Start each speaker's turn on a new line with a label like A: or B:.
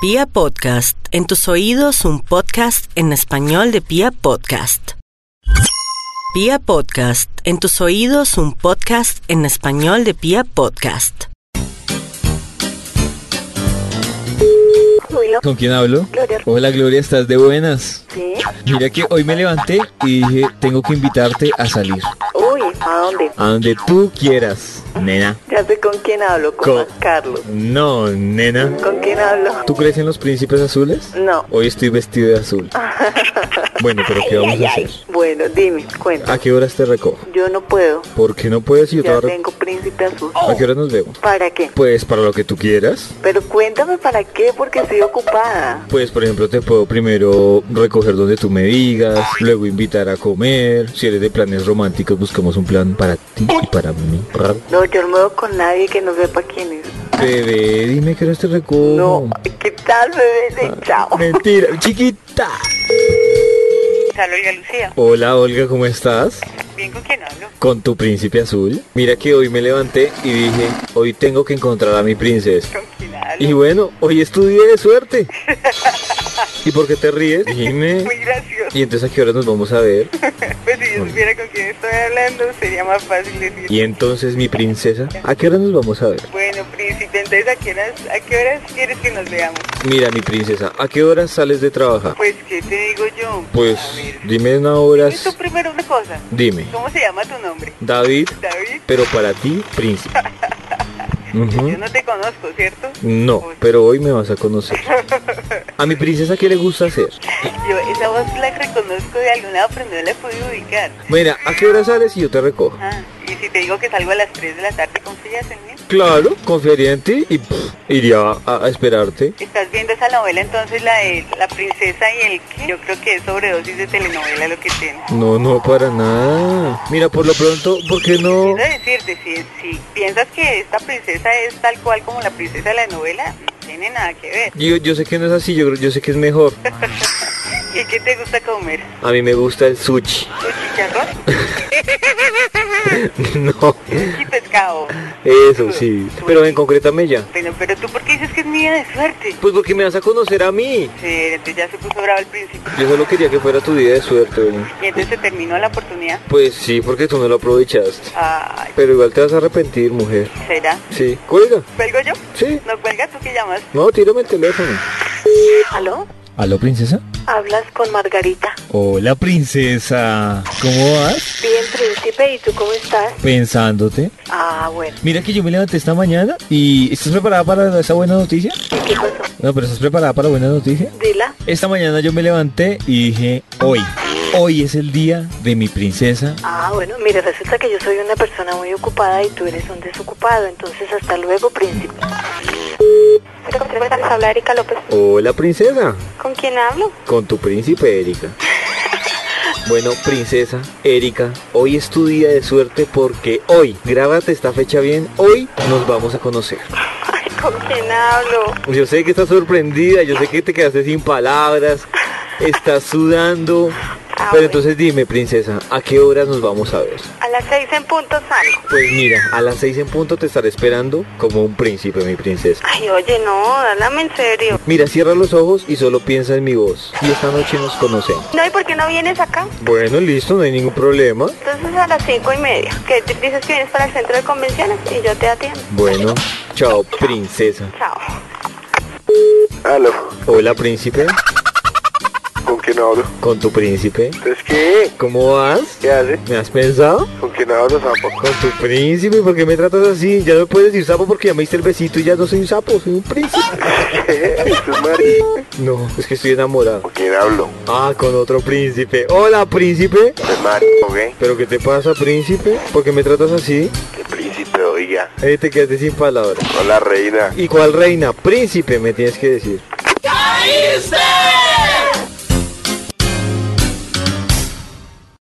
A: Pia Podcast, en tus oídos un podcast en español de Pia Podcast. Pia Podcast, en tus oídos un podcast en español de Pia Podcast.
B: Bueno,
C: ¿Con quién hablo?
B: Gloria.
C: Hola Gloria, ¿estás de buenas?
B: Sí.
C: Mira que hoy me levanté y dije, tengo que invitarte a salir.
B: Uy, ¿a dónde?
C: A donde tú quieras, nena.
B: Ya sé con quién hablo, con,
C: Co-
B: Juan Carlos.
C: No, nena.
B: ¿Con quién hablo?
C: ¿Tú crees en los príncipes azules?
B: No.
C: Hoy estoy vestido de azul. Bueno, pero ¿qué vamos a hacer?
B: Bueno, dime, cuenta.
C: ¿A qué horas te recojo?
B: Yo no puedo.
C: ¿Por qué no puedes? ir?
B: Ya tengo príncipe azul.
C: ¿A qué horas nos vemos?
B: ¿Para qué?
C: Pues para lo que tú quieras.
B: Pero cuéntame para qué, porque estoy ocupada.
C: Pues por ejemplo te puedo primero recoger donde tú me digas, luego invitar a comer. Si eres de planes románticos, buscamos un plan para ti y para mí.
B: No, yo no me veo con nadie que no sepa quién es.
C: Bebé, dime que no te recojo.
B: No, ¿qué tal, bebé? Sí,
C: Ah.
B: Chao.
C: Mentira, chiquita.
B: Hola, Lucía.
C: Hola Olga, ¿cómo estás?
B: ¿Bien con quién hablo?
C: Con tu príncipe azul. Mira que hoy me levanté y dije, hoy tengo que encontrar a mi princesa.
B: ¿Con quién
C: Y bueno, hoy estudié de suerte. ¿Y por qué te ríes? Dime.
B: gracioso.
C: ¿Y entonces a qué horas nos vamos a ver?
B: Pues si yo supiera con quién estoy hablando, sería más fácil decir.
C: Y entonces mi princesa, ¿a qué horas nos vamos a ver?
B: Bueno, príncipe, entonces, ¿a qué, horas, ¿a qué horas quieres que nos veamos?
C: Mira mi princesa, ¿a qué horas sales de trabajar?
B: Pues, ¿qué te digo yo?
C: Pues
B: A ver,
C: dime una
B: dime tú
C: horas.
B: primero una cosa.
C: Dime.
B: ¿Cómo se llama tu nombre?
C: David,
B: David,
C: pero para ti, príncipe. Ujú.
B: yo no te conozco, ¿cierto?
C: No, pero hoy me vas a conocer. A mi princesa, ¿qué le gusta hacer?
B: Yo esa voz la reconozco de algún lado, pero no la pude ubicar.
C: Mira, ¿a qué hora sales y yo te recojo?
B: Ah, y si te digo que salgo a las 3 de la tarde, ¿confías en mí?
C: Claro, confiaría en ti y pff, iría a, a esperarte.
B: ¿Estás viendo esa novela entonces, la de la princesa y el que? Yo creo que es sobredosis de telenovela lo que tiene.
C: No, no, para nada. Mira, por lo pronto, ¿por qué no?
B: Quiero decirte, si, si piensas que esta princesa es tal cual como la princesa de la novela, no tiene nada que ver.
C: Yo, yo sé que no es así, yo, creo- yo sé que es mejor.
B: ¿Y qué te gusta comer?
C: A mí me gusta el sushi.
B: ¿Tu chicharrón?
C: No,
B: y pescado.
C: eso sí. Pero ven, concrétame ya.
B: Bueno, pero tú por qué dices que es mía de suerte.
C: Pues porque me vas a conocer a mí.
B: Sí, entonces ya se puso bravo al principio.
C: Yo solo quería que fuera tu día de suerte. Belén.
B: Y entonces se terminó la oportunidad.
C: Pues sí, porque tú no lo aprovechaste.
B: Ay,
C: Pero igual te vas a arrepentir, mujer.
B: ¿será?
C: Sí, cuelga.
B: ¿Cuelgo yo?
C: Sí.
B: No cuelga tú que llamas.
C: No, tírame el teléfono.
B: ¿Aló?
C: ¿Aló, princesa?
B: Hablas con Margarita.
C: Hola, princesa. ¿Cómo vas?
B: Bien, príncipe, ¿y tú cómo estás?
C: Pensándote.
B: Ah, bueno.
C: Mira que yo me levanté esta mañana y ¿estás preparada para esa buena noticia?
B: ¿Y qué pasó?
C: No, pero ¿estás preparada para buena noticia?
B: Dila.
C: Esta mañana yo me levanté y dije, hoy, hoy es el día de mi princesa.
B: Ah, bueno, mire, resulta que yo soy una persona muy ocupada y tú eres un desocupado, entonces hasta luego, príncipe. Habla Erika López.
C: Hola, princesa.
B: ¿Con quién hablo?
C: Con tu príncipe, Erika. Bueno, princesa, Erika, hoy es tu día de suerte porque hoy, grábate esta fecha bien, hoy nos vamos a conocer.
B: Ay, ¿con quién hablo?
C: Yo sé que estás sorprendida, yo sé que te quedaste sin palabras, estás sudando.
B: Ah,
C: Pero
B: bueno.
C: entonces dime, princesa, ¿a qué horas nos vamos a ver?
B: A las seis en punto salgo.
C: Pues mira, a las seis en punto te estaré esperando como un príncipe, mi princesa.
B: Ay, oye, no, háblame en serio.
C: Mira, cierra los ojos y solo piensa en mi voz. Y esta noche nos conocemos.
B: No, ¿y por qué no vienes acá?
C: Bueno, listo, no hay ningún problema.
B: Entonces a las cinco y media. Que te- dices que vienes para el centro de convenciones y yo te atiendo.
C: Bueno, chao, princesa.
B: Chao.
D: Aló,
C: Hola, príncipe.
D: ¿con quién hablo?
C: Con tu príncipe.
D: ¿Ustedes qué?
C: ¿Cómo vas?
D: ¿Qué hace?
C: ¿Me has pensado?
D: ¿Con quién hablo, sapo?
C: Con tu príncipe, ¿por qué me tratas así? Ya no puedes decir sapo porque ya me diste el besito y ya no soy un sapo, soy un príncipe.
D: ¿Esto es Mari?
C: No, es que estoy enamorado.
D: ¿Con quién hablo?
C: Ah, con otro príncipe. Hola, príncipe.
D: Es Mari, ¿ok?
C: ¿Pero qué te pasa, príncipe? ¿Por qué me tratas así?
D: El príncipe, oiga.
C: Eh, te quedaste sin palabras.
D: Hola, reina.
C: ¿Y cuál reina? Príncipe, me tienes que decir.